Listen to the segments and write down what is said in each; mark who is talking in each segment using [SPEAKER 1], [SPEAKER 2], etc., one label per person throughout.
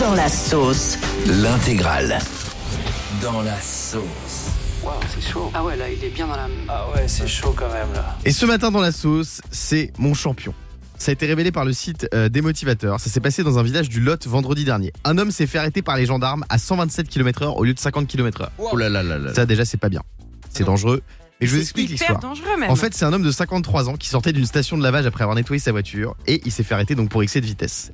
[SPEAKER 1] Dans la sauce.
[SPEAKER 2] L'intégrale. Dans la sauce.
[SPEAKER 3] Waouh, c'est chaud.
[SPEAKER 4] Ah ouais, là, il est bien dans la.
[SPEAKER 3] Ah ouais, c'est chaud quand même là.
[SPEAKER 5] Et ce matin dans la sauce, c'est mon champion. Ça a été révélé par le site euh, des motivateurs. Ça s'est passé dans un village du Lot vendredi dernier. Un homme s'est fait arrêter par les gendarmes à 127 km/h au lieu de 50 km/h.
[SPEAKER 2] Oh là là là là.
[SPEAKER 5] Ça déjà c'est pas bien. C'est dangereux. Et je vous
[SPEAKER 4] C'est
[SPEAKER 5] explique
[SPEAKER 4] hyper
[SPEAKER 5] l'histoire.
[SPEAKER 4] dangereux, même.
[SPEAKER 5] En fait, c'est un homme de 53 ans qui sortait d'une station de lavage après avoir nettoyé sa voiture et il s'est fait arrêter donc pour excès de vitesse.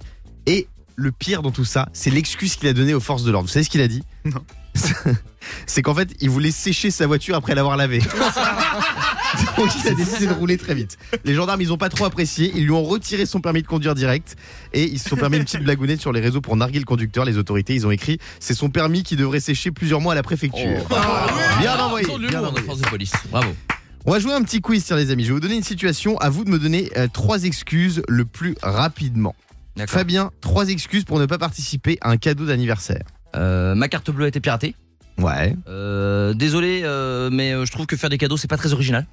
[SPEAKER 5] Et le pire dans tout ça, c'est l'excuse qu'il a donnée aux forces de l'ordre. Vous savez ce qu'il a dit
[SPEAKER 2] Non.
[SPEAKER 5] c'est qu'en fait, il voulait sécher sa voiture après l'avoir lavée. Donc il a décidé de rouler très vite. Les gendarmes, ils ont pas trop apprécié. Ils lui ont retiré son permis de conduire direct et ils se sont permis une petite blagounette sur les réseaux pour narguer le conducteur. Les autorités, ils ont écrit c'est son permis qui devrait sécher plusieurs mois à la préfecture. Bien envoyé.
[SPEAKER 2] Oh. Ah, Ils ont de
[SPEAKER 5] bien
[SPEAKER 2] l'humour, nos
[SPEAKER 5] envoyé.
[SPEAKER 2] forces de police. Bravo.
[SPEAKER 5] On va jouer un petit quiz, tiens les amis. Je vais vous donner une situation. À vous de me donner euh, trois excuses le plus rapidement.
[SPEAKER 2] D'accord.
[SPEAKER 5] Fabien, trois excuses pour ne pas participer à un cadeau d'anniversaire.
[SPEAKER 2] Euh, ma carte bleue a été piratée.
[SPEAKER 5] Ouais.
[SPEAKER 2] Euh, désolé, euh, mais euh, je trouve que faire des cadeaux, c'est pas très original.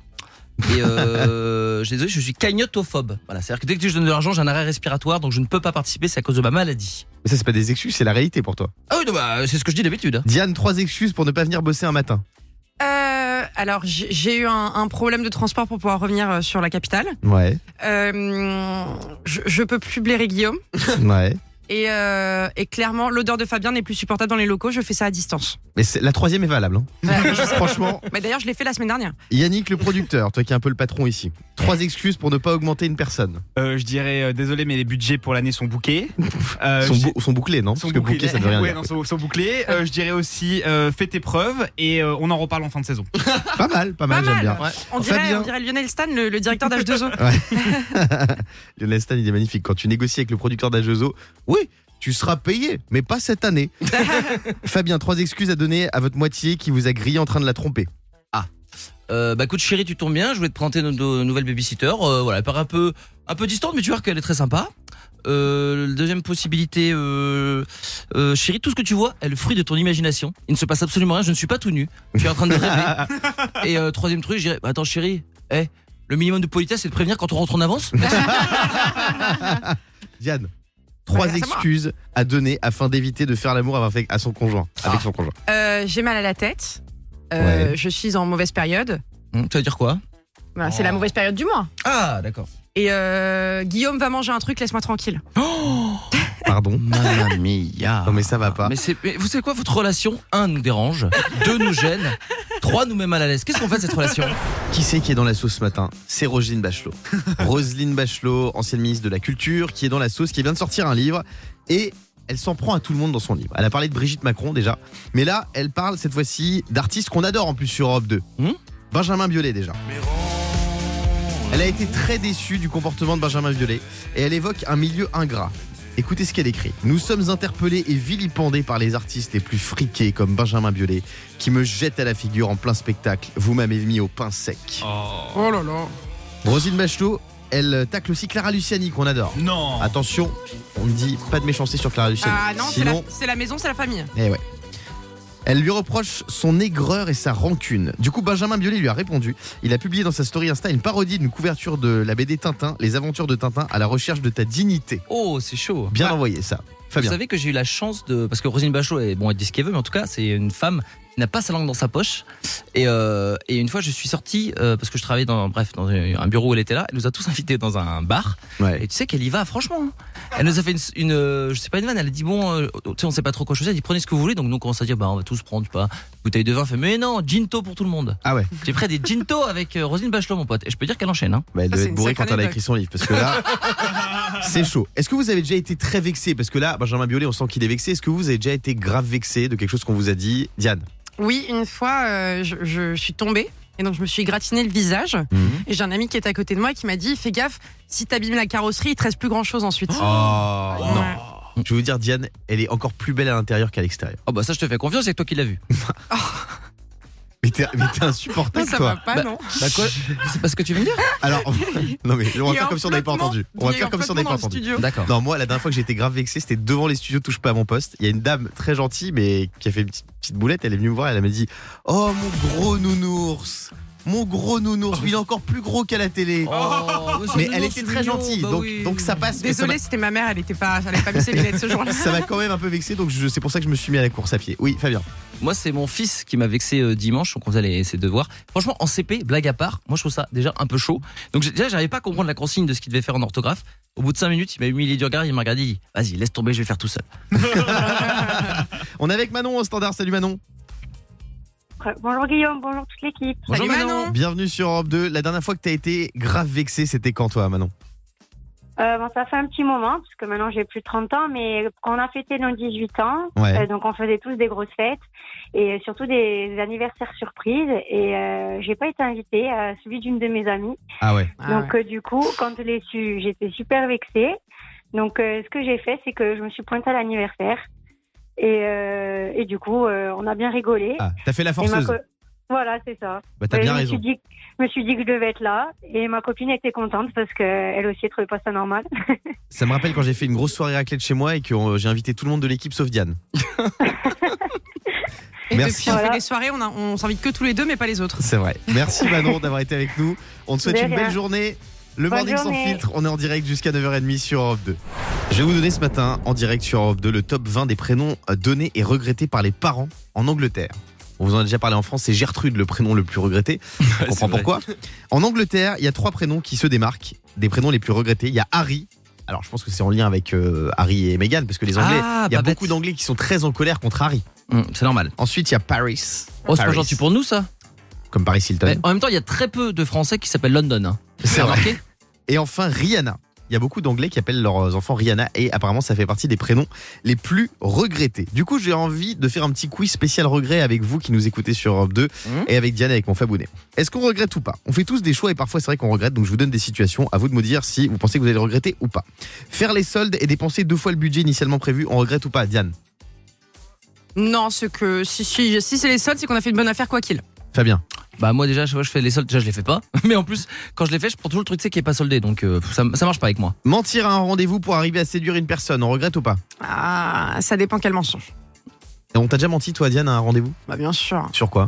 [SPEAKER 2] Et euh, je suis désolé, je suis cagnotophobe. Voilà, c'est-à-dire que dès que je donne de l'argent, j'ai un arrêt respiratoire, donc je ne peux pas participer, c'est à cause de ma maladie.
[SPEAKER 5] Mais ça, c'est pas des excuses, c'est la réalité pour toi.
[SPEAKER 2] Ah oui, non, bah, c'est ce que je dis d'habitude. hein.
[SPEAKER 5] Diane, trois excuses pour ne pas venir bosser un matin.
[SPEAKER 4] Euh, alors, j'ai j'ai eu un, un problème de transport pour pouvoir revenir euh, sur la capitale.
[SPEAKER 5] Ouais.
[SPEAKER 4] Euh, je, je peux plus blairer Guillaume.
[SPEAKER 5] Ouais.
[SPEAKER 4] Et, euh, et clairement, l'odeur de Fabien n'est plus supportable dans les locaux. Je fais ça à distance.
[SPEAKER 5] Mais c'est- la troisième est valable. hein.
[SPEAKER 4] Ouais,
[SPEAKER 5] Franchement,
[SPEAKER 4] Mais d'ailleurs, je l'ai fait la semaine dernière.
[SPEAKER 5] Yannick, le producteur, toi qui es un peu le patron ici. Trois excuses pour ne pas augmenter une personne.
[SPEAKER 6] Euh, je dirais, euh, désolé, mais les budgets pour l'année sont bouqués. Euh,
[SPEAKER 5] Son,
[SPEAKER 6] je-
[SPEAKER 5] bou- son bouclé, non
[SPEAKER 6] sont
[SPEAKER 5] Parce que
[SPEAKER 6] bouclés.
[SPEAKER 5] bouclé, ça ne veut rien
[SPEAKER 6] Ouais,
[SPEAKER 5] dire.
[SPEAKER 6] non, sont- sont bouclés. Euh, je dirais aussi, euh, fais tes preuves et euh, on en reparle en fin de saison.
[SPEAKER 5] Pas mal, pas mal,
[SPEAKER 4] Pas
[SPEAKER 5] j'aime
[SPEAKER 4] mal.
[SPEAKER 5] bien.
[SPEAKER 4] On dirait,
[SPEAKER 5] Oh, Fabien.
[SPEAKER 4] on dirait Lionel Stan, le, le directeur d'H2O.
[SPEAKER 5] Lionel Stan, il est magnifique. Quand tu négocies avec le producteur d'Agezo, oui, tu seras payé, mais pas cette année. Fabien, trois excuses à donner à votre moitié qui vous a grillé en train de la tromper.
[SPEAKER 2] Euh, bah, écoute, chérie, tu tombes bien, je voulais te présenter notre do- nouvelle babysitter. Euh, voilà, elle part un peu, un peu distante, mais tu vois qu'elle est très sympa. Euh, deuxième possibilité, euh, euh, chérie, tout ce que tu vois est le fruit de ton imagination. Il ne se passe absolument rien, je ne suis pas tout nu. Tu es en train de rêver. Et euh, troisième truc, je dirais, bah, attends chérie, eh, le minimum de politesse c'est de prévenir quand on rentre en avance.
[SPEAKER 5] Diane, trois
[SPEAKER 4] Ouais, ça va.
[SPEAKER 5] excuses à donner afin d'éviter de faire l'amour avec à son conjoint. Avec son conjoint.
[SPEAKER 4] Euh, J'ai mal à la tête. Euh,
[SPEAKER 5] Ouais.
[SPEAKER 4] Je suis en mauvaise période.
[SPEAKER 2] Hum, ça veut dire quoi
[SPEAKER 4] Voilà, C'est
[SPEAKER 2] Oh.
[SPEAKER 4] la mauvaise période du mois.
[SPEAKER 2] Ah d'accord.
[SPEAKER 4] Et euh, Guillaume va manger un truc, laisse-moi tranquille.
[SPEAKER 2] Oh,
[SPEAKER 5] Pardon.
[SPEAKER 2] Mamma mia.
[SPEAKER 5] Non mais ça va pas.
[SPEAKER 2] Ah. Mais, c'est- mais vous savez quoi, votre relation, un nous dérange, deux nous gêne, trois nous met mal à l'aise. Qu'est-ce qu'on fait de cette relation
[SPEAKER 5] Qui c'est qui est dans la sauce ce matin C'est Roselyne Bachelot. Roselyne Bachelot, ancienne ministre de la Culture, qui est dans la sauce, qui vient de sortir un livre et elle s'en prend à tout le monde dans son livre. Elle a parlé de Brigitte Macron déjà, mais là, elle parle cette fois-ci d'artistes qu'on adore en plus sur Europe 2.
[SPEAKER 2] Hmm
[SPEAKER 5] Benjamin Biolay déjà. Elle a été très déçue du comportement de Benjamin Biolay et elle évoque un milieu ingrat. Écoutez ce qu'elle écrit. Nous sommes interpellés et vilipendés par les artistes les plus friqués comme Benjamin Biolay qui me jette à la figure en plein spectacle. Vous m'avez mis au pain sec.
[SPEAKER 4] Oh là là.
[SPEAKER 5] Rosine Bachelot, elle tacle aussi Clara Luciani qu'on adore.
[SPEAKER 6] Non.
[SPEAKER 5] Attention, on ne dit pas de méchanceté sur Clara Luciani.
[SPEAKER 4] Ah non, c'est la,
[SPEAKER 5] Sinon,
[SPEAKER 4] c'est la maison, c'est la famille.
[SPEAKER 5] eh ouais. Elle lui reproche son aigreur et sa rancune. Du coup, Benjamin Biolay lui a répondu. Il a publié dans sa story Insta une parodie d'une couverture de la BD Tintin, Les aventures de Tintin à la recherche de ta dignité.
[SPEAKER 2] Oh, c'est chaud.
[SPEAKER 5] Bien
[SPEAKER 4] Ah.
[SPEAKER 5] envoyé ça.
[SPEAKER 2] Vous
[SPEAKER 5] Fabien.
[SPEAKER 2] savez que j'ai eu la chance de. Parce que Rosine Bachelot, est, bon, elle dit ce qu'elle veut, mais en tout cas, c'est une femme qui n'a pas sa langue dans sa poche. Et, euh, et une fois, je suis sorti, euh, parce que je travaillais dans, bref, dans un bureau où elle était là, elle nous a tous invités dans un bar.
[SPEAKER 5] Ouais.
[SPEAKER 2] Et tu sais qu'elle y va, franchement. hein. Elle nous a fait une, une, euh, je sais pas, une vanne. Elle a dit, bon, euh, tu sais, on sait pas trop quoi choisir. Elle dit, prenez ce que vous voulez. Donc, nous, on commence à dire, bah, on va tous prendre, je sais pas, une bouteille de vin. Elle Fait, mais non, ginto pour tout le monde.
[SPEAKER 5] Ah ouais.
[SPEAKER 2] J'ai pris des ginto avec euh, Roselyne Bachelot, mon pote. Et je peux dire qu'elle enchaîne, hein.
[SPEAKER 5] Bah, elle
[SPEAKER 4] Ça,
[SPEAKER 5] devait
[SPEAKER 4] c'est
[SPEAKER 5] être
[SPEAKER 4] une
[SPEAKER 5] bourrée quand
[SPEAKER 4] sacrée
[SPEAKER 5] elle a
[SPEAKER 4] anecdote.
[SPEAKER 5] écrit son livre, parce que là, c'est chaud. Est-ce que vous avez déjà été très vexé Parce que là, Benjamin Biolay, on sent qu'il est vexé. Est-ce que vous avez déjà été grave vexé de quelque chose qu'on vous a dit Diane
[SPEAKER 4] Oui, une fois, euh, je, je suis tombée. Et donc, je me suis gratiné le visage.
[SPEAKER 5] Mhm.
[SPEAKER 4] Et j'ai un ami qui est à côté de moi qui m'a dit Fais gaffe, si t'abîmes la carrosserie, il te reste plus grand chose ensuite.
[SPEAKER 5] Oh
[SPEAKER 4] Ouais.
[SPEAKER 5] non. Je vais vous dire, Diane, elle est encore plus belle à l'intérieur qu'à l'extérieur.
[SPEAKER 2] Oh, bah, ça, je te fais confiance, c'est toi qui l'as vu.
[SPEAKER 5] Mais t'es mais t'es
[SPEAKER 4] Mais
[SPEAKER 5] insupportable,
[SPEAKER 4] ça va
[SPEAKER 5] toi.
[SPEAKER 4] pas,
[SPEAKER 2] Bah,
[SPEAKER 4] non
[SPEAKER 2] Bah, quoi C'est pas ce que tu veux me dire?
[SPEAKER 5] Alors, non, mais on va
[SPEAKER 4] Il est
[SPEAKER 5] faire
[SPEAKER 4] en
[SPEAKER 5] comme si on n'avait pas
[SPEAKER 4] flottement-
[SPEAKER 5] entendu. On va
[SPEAKER 4] il est
[SPEAKER 5] faire
[SPEAKER 4] en
[SPEAKER 5] comme si on n'avait pas
[SPEAKER 4] flottement dans le
[SPEAKER 5] entendu.
[SPEAKER 4] studio.
[SPEAKER 2] D'accord.
[SPEAKER 5] Non, moi, la dernière fois que j'ai été grave vexé, c'était devant les studios Touche pas à mon poste. Il y a une dame très gentille, mais qui a fait une petite, petite boulette. Elle est venue me voir, elle m'a dit Oh mon gros nounours mon gros nounours, il est encore plus gros qu'à la télé.
[SPEAKER 2] Oh,
[SPEAKER 5] mais elle était très gentille, donc, donc ça passe. mais ça m'a-
[SPEAKER 4] Désolée, c'était ma mère, elle était pas, elle avait pas mis ses lunettes ce jour-là.
[SPEAKER 5] Ça m'a quand même un peu vexé, donc je- c'est pour ça que je me suis mis à la course à pied. Oui, Fabien.
[SPEAKER 2] Moi, c'est mon fils qui m'a vexé euh, dimanche, donc on faisait les- ses devoirs. Franchement, en CP, blague à part, moi je trouve ça déjà un peu chaud. Donc j'ai- déjà, j'arrivais pas à comprendre la consigne de ce qu'il devait faire en orthographe. Au bout de 5 minutes, il m'a humilié du regard, il m'a regardé, il dit Vas-y, laisse tomber, je vais faire tout seul.
[SPEAKER 5] On est avec Manon au standard. Salut Manon.
[SPEAKER 7] Bonjour Guillaume, bonjour toute l'équipe.
[SPEAKER 4] Salut Manon.
[SPEAKER 5] Bienvenue sur Europe 2. La dernière fois que t'as été grave vexé, c'était quand toi, Manon
[SPEAKER 7] Euh, bon, ça fait un petit moment, parce que maintenant j'ai plus de 30 ans, mais quand on a fêté nos 18 ans,
[SPEAKER 5] Ouais.
[SPEAKER 7] euh, donc on faisait tous des grosses fêtes et surtout des anniversaires surprises. Et euh, j'ai pas été invitée à celui d'une de mes amies.
[SPEAKER 5] Ah ouais.
[SPEAKER 4] Ah ouais.
[SPEAKER 7] donc euh, du coup, quand je l'ai su, j'étais super vexée. Donc euh, ce que j'ai fait, c'est que je me suis pointée à l'anniversaire. Et, euh, et du coup, euh, on a bien rigolé.
[SPEAKER 5] Ah, t'as fait la
[SPEAKER 7] Et ma
[SPEAKER 5] forceuse.
[SPEAKER 7] co- Voilà, c'est ça.
[SPEAKER 5] Bah t'as
[SPEAKER 7] Euh,
[SPEAKER 5] bien
[SPEAKER 7] je
[SPEAKER 5] raison.
[SPEAKER 7] Me suis dit, je me suis dit que je devais être là et ma copine était contente parce qu'elle aussi elle trouvait pas ça normal.
[SPEAKER 5] Ça me rappelle quand j'ai fait une grosse soirée raclette chez moi et que euh, j'ai invité tout le monde de l'équipe sauf Diane.
[SPEAKER 4] Et
[SPEAKER 5] Merci.
[SPEAKER 4] depuis, on
[SPEAKER 7] Voilà.
[SPEAKER 4] fait des soirées, on, a- on s'invite que tous les deux, mais pas les autres.
[SPEAKER 5] C'est vrai. Merci Manon d'avoir été avec nous. On te souhaite
[SPEAKER 7] De
[SPEAKER 5] une
[SPEAKER 7] rien.
[SPEAKER 5] belle journée. Le
[SPEAKER 7] Bonne
[SPEAKER 5] Morning sans
[SPEAKER 7] journée.
[SPEAKER 5] filtre, on est en direct jusqu'à 9h30 sur Europe 2. Je vais vous donner ce matin, en direct sur Europe 2, le top 20 des prénoms euh, donnés et regrettés par les parents en Angleterre. On vous en a déjà parlé en France, c'est Gertrude le prénom le plus regretté. On comprend pourquoi. En Angleterre, il y a trois prénoms qui se démarquent, des prénoms les plus regrettés. Il y a Harry. Alors je pense que c'est en lien avec euh, Harry et Meghan, parce que les Anglais,
[SPEAKER 2] Ah,
[SPEAKER 5] il y a
[SPEAKER 2] pas bête.
[SPEAKER 5] beaucoup d'Anglais qui sont très en colère contre Harry.
[SPEAKER 2] Hum, c'est normal.
[SPEAKER 5] Ensuite, il y a Paris,
[SPEAKER 2] Oh, c'est pas
[SPEAKER 5] Paris.
[SPEAKER 2] gentil pour nous, ça.
[SPEAKER 5] comme Paris Hilton.
[SPEAKER 2] Mais en même temps, il y a très peu de Français qui s'appellent London. hein.
[SPEAKER 5] C'est
[SPEAKER 2] T'as
[SPEAKER 5] vrai.
[SPEAKER 2] remarqué
[SPEAKER 5] Et enfin, Rihanna. Il y a beaucoup d'anglais qui appellent leurs enfants Rihanna et apparemment ça fait partie des prénoms les plus regrettés. Du coup, j'ai envie de faire un petit quiz spécial regret avec vous qui nous écoutez sur Europe 2
[SPEAKER 2] Mhm.
[SPEAKER 5] et avec Diane et avec mon Fabounet. Est-ce qu'on regrette ou pas On fait tous des choix et parfois c'est vrai qu'on regrette, donc je vous donne des situations. À vous de me dire si vous pensez que vous allez le regretter ou pas. Faire les soldes et dépenser deux fois le budget initialement prévu, on regrette ou pas, Diane
[SPEAKER 4] Non, ce que si, si, si c'est les soldes, c'est qu'on a fait une bonne affaire quoi qu'il.
[SPEAKER 5] Fabien
[SPEAKER 2] Bah, moi, déjà, à chaque fois que je fais les soldes, déjà, je les fais pas. Mais en plus, quand je les fais, je prends toujours le truc, tu sais, qui est pas soldé. Donc, euh, ça, ça marche pas avec moi.
[SPEAKER 5] Mentir à un rendez-vous pour arriver à séduire une personne, on regrette ou pas
[SPEAKER 4] Ah, ça dépend quel mensonge.
[SPEAKER 5] Et On t'a déjà menti, toi, Diane, à un rendez-vous
[SPEAKER 4] Bah bien sûr.
[SPEAKER 5] Sur quoi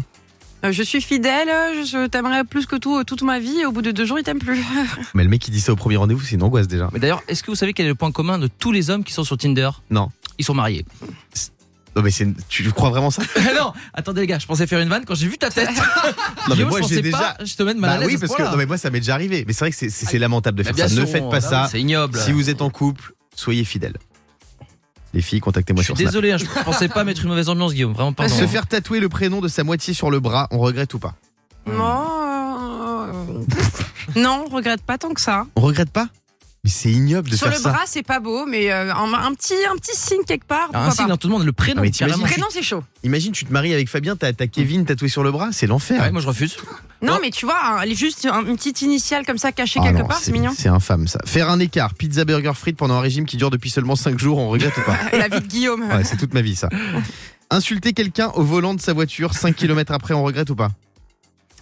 [SPEAKER 4] Euh, je suis fidèle, euh, je t'aimerais plus que tout euh, toute ma vie. Et au bout de deux jours, il t'aime plus.
[SPEAKER 5] Mais le mec qui dit ça au premier rendez-vous, c'est une angoisse déjà.
[SPEAKER 2] Mais d'ailleurs, est-ce que vous savez quel est le point commun de tous les hommes qui sont sur Tinder
[SPEAKER 5] Non.
[SPEAKER 2] Ils sont mariés.
[SPEAKER 5] Non, mais c'est- tu crois vraiment ça
[SPEAKER 2] Ah non, attendez les gars, je pensais faire une vanne quand j'ai vu ta tête.
[SPEAKER 5] Non, mais
[SPEAKER 2] Guillaume,
[SPEAKER 5] moi,
[SPEAKER 2] je
[SPEAKER 5] j'ai
[SPEAKER 2] pensais
[SPEAKER 5] déjà-
[SPEAKER 2] pas, je te mets de mal à
[SPEAKER 5] Bah
[SPEAKER 2] l'aise.
[SPEAKER 5] oui,
[SPEAKER 2] à ce
[SPEAKER 5] parce que
[SPEAKER 2] point-là.
[SPEAKER 5] non, mais moi ça m'est déjà arrivé. Mais c'est vrai que c'est- c'est c'est lamentable de
[SPEAKER 2] Bah,
[SPEAKER 5] faire
[SPEAKER 2] bien
[SPEAKER 5] ça. ne
[SPEAKER 2] sûr,
[SPEAKER 5] faites
[SPEAKER 2] on-
[SPEAKER 5] pas
[SPEAKER 2] bah
[SPEAKER 5] ça.
[SPEAKER 2] oui, C'est ignoble.
[SPEAKER 5] Si vous êtes en couple, soyez fidèles. Les filles, contactez-moi
[SPEAKER 2] je suis
[SPEAKER 5] sur Snap.
[SPEAKER 2] désolé, hein, je pensais pas mettre une mauvaise ambiance, Guillaume. Vraiment, pardon.
[SPEAKER 5] Se
[SPEAKER 2] hein.
[SPEAKER 5] faire tatouer le prénom de sa moitié sur le bras, on regrette ou pas
[SPEAKER 4] Non. euh, non, regrette pas tant que ça.
[SPEAKER 5] On regrette pas Mais c'est ignoble de
[SPEAKER 4] Sur
[SPEAKER 5] faire
[SPEAKER 4] le
[SPEAKER 5] ça.
[SPEAKER 4] bras, c'est pas beau, mais euh, un, un petit un petit signe quelque part.
[SPEAKER 2] Ah,
[SPEAKER 4] pourquoi
[SPEAKER 2] un signe
[SPEAKER 4] pas.
[SPEAKER 2] dans tout le monde, le prénom.
[SPEAKER 5] Non, mais
[SPEAKER 2] carrément.
[SPEAKER 5] t'imagines-
[SPEAKER 4] Prénom, c'est chaud.
[SPEAKER 5] Imagine, tu te maries avec Fabien, t'as t'as Kevin tatoué sur le bras, c'est l'enfer.
[SPEAKER 2] Ouais, moi je refuse.
[SPEAKER 4] Non,
[SPEAKER 2] Non.
[SPEAKER 4] mais tu vois, un- juste un- une petite initiale comme ça cachée
[SPEAKER 5] Ah
[SPEAKER 4] quelque
[SPEAKER 5] non,
[SPEAKER 4] part, c'est mignon.
[SPEAKER 5] C'est infâme ça. Faire un écart, pizza, burger, frites pendant un régime qui dure depuis seulement 5 jours, on regrette ou pas
[SPEAKER 4] La vie de Guillaume.
[SPEAKER 5] Ouais, c'est toute ma vie ça. Insulter quelqu'un au volant de sa voiture 5 km après, on regrette ou pas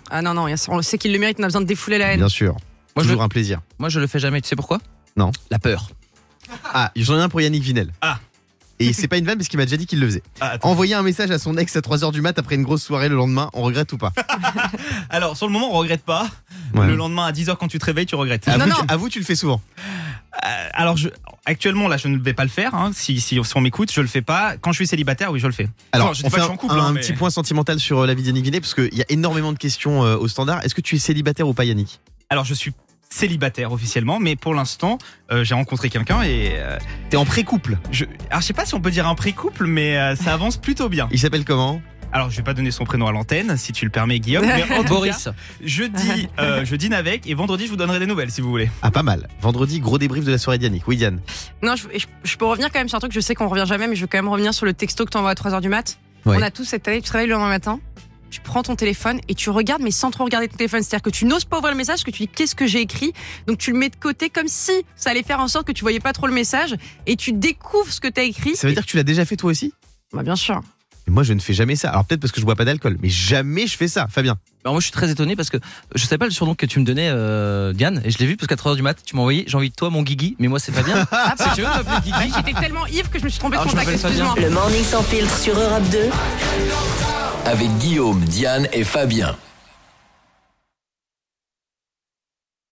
[SPEAKER 4] Ah non, non, il y a- on sait qu'il le mérite, on a besoin de défouler la haine.
[SPEAKER 5] Bien sûr.
[SPEAKER 2] Moi, je-
[SPEAKER 5] Toujours un plaisir.
[SPEAKER 2] Moi je le fais jamais, tu sais pourquoi
[SPEAKER 5] Non.
[SPEAKER 2] La peur.
[SPEAKER 5] Ah, j'en ai un pour Yannick Vinel.
[SPEAKER 6] Ah.
[SPEAKER 5] Et c'est pas une vanne parce qu'il m'a déjà dit qu'il le faisait.
[SPEAKER 6] Ah, attends.
[SPEAKER 5] Envoyer un message à son ex à 3h du mat après une grosse soirée le lendemain, on regrette ou pas
[SPEAKER 6] Alors, sur le moment, on regrette pas. Le lendemain, à 10h, quand tu te réveilles, tu regrettes.
[SPEAKER 5] Avoue,
[SPEAKER 4] Non, non.
[SPEAKER 5] Tu, avoue, tu le fais souvent.
[SPEAKER 6] Euh, alors, je, actuellement, là, je ne vais pas le faire. hein. Si, si, si on m'écoute, je le fais pas. Quand je suis célibataire, oui, je le fais.
[SPEAKER 5] Alors,
[SPEAKER 6] Enfin, je dis
[SPEAKER 5] on
[SPEAKER 6] pas
[SPEAKER 5] fait
[SPEAKER 6] que
[SPEAKER 5] un,
[SPEAKER 6] je suis en couple,
[SPEAKER 5] un
[SPEAKER 6] hein, mais-
[SPEAKER 5] petit point sentimental sur euh, la vie d'Yannick Vinel parce qu'il y a énormément de questions euh, au standard. Est-ce que tu es célibataire ou pas, Yannick
[SPEAKER 6] Alors, je suis célibataire officiellement, mais pour l'instant, euh, j'ai rencontré quelqu'un et euh,
[SPEAKER 5] T'es en pré-couple.
[SPEAKER 6] je. Alors, je sais pas si on peut dire un pré-couple, mais euh, ça avance plutôt bien.
[SPEAKER 5] Il s'appelle comment
[SPEAKER 6] Alors, je vais pas donner son prénom à l'antenne, si tu le permets, Guillaume. Mais en
[SPEAKER 2] Oh,
[SPEAKER 6] tout
[SPEAKER 2] Boris.
[SPEAKER 6] cas, jeudi, euh, je dîne avec et vendredi, je vous donnerai des nouvelles si vous voulez.
[SPEAKER 5] Ah, pas mal. Vendredi, gros débrief de la soirée d'Yannick. Oui, Diane.
[SPEAKER 4] Non, je, je- je peux revenir quand même sur un truc, je sais qu'on revient jamais, mais je veux quand même revenir sur le texto que t'envoies à 3h du mat.
[SPEAKER 5] Ouais.
[SPEAKER 4] On a tous cette année, tu travailles le lendemain matin, tu prends ton téléphone et tu regardes, mais sans trop regarder ton téléphone. C'est-à-dire que tu n'oses pas ouvrir le message, parce que tu dis qu'est-ce que j'ai écrit, donc tu le mets de côté comme si ça allait faire en sorte que tu voyais pas trop le message et tu découvres ce que t'as écrit.
[SPEAKER 5] Ça veut dire que tu l'as déjà fait toi aussi
[SPEAKER 4] Bah, bien sûr.
[SPEAKER 5] Mais Moi, je ne fais jamais ça. Alors, peut-être parce que je bois pas d'alcool, mais jamais je fais ça, Fabien.
[SPEAKER 2] Alors Bah, moi je suis très étonné parce que je savais pas le surnom que tu me donnais euh, Diane et je l'ai vu parce qu'à 3h du mat tu m'as envoyé j'ai envie de toi mon Guigui mais moi c'est pas bien. Ah, si tu veux m'appeler Guigui.
[SPEAKER 4] Ah, J'étais tellement ivre que je me suis trompée de
[SPEAKER 2] Ah, je
[SPEAKER 4] contact,
[SPEAKER 2] m'appelle Fabien.
[SPEAKER 4] excuse-moi.
[SPEAKER 1] Le Morning sans filtre sur Europe 2.
[SPEAKER 8] Avec Guillaume, Diane et Fabien.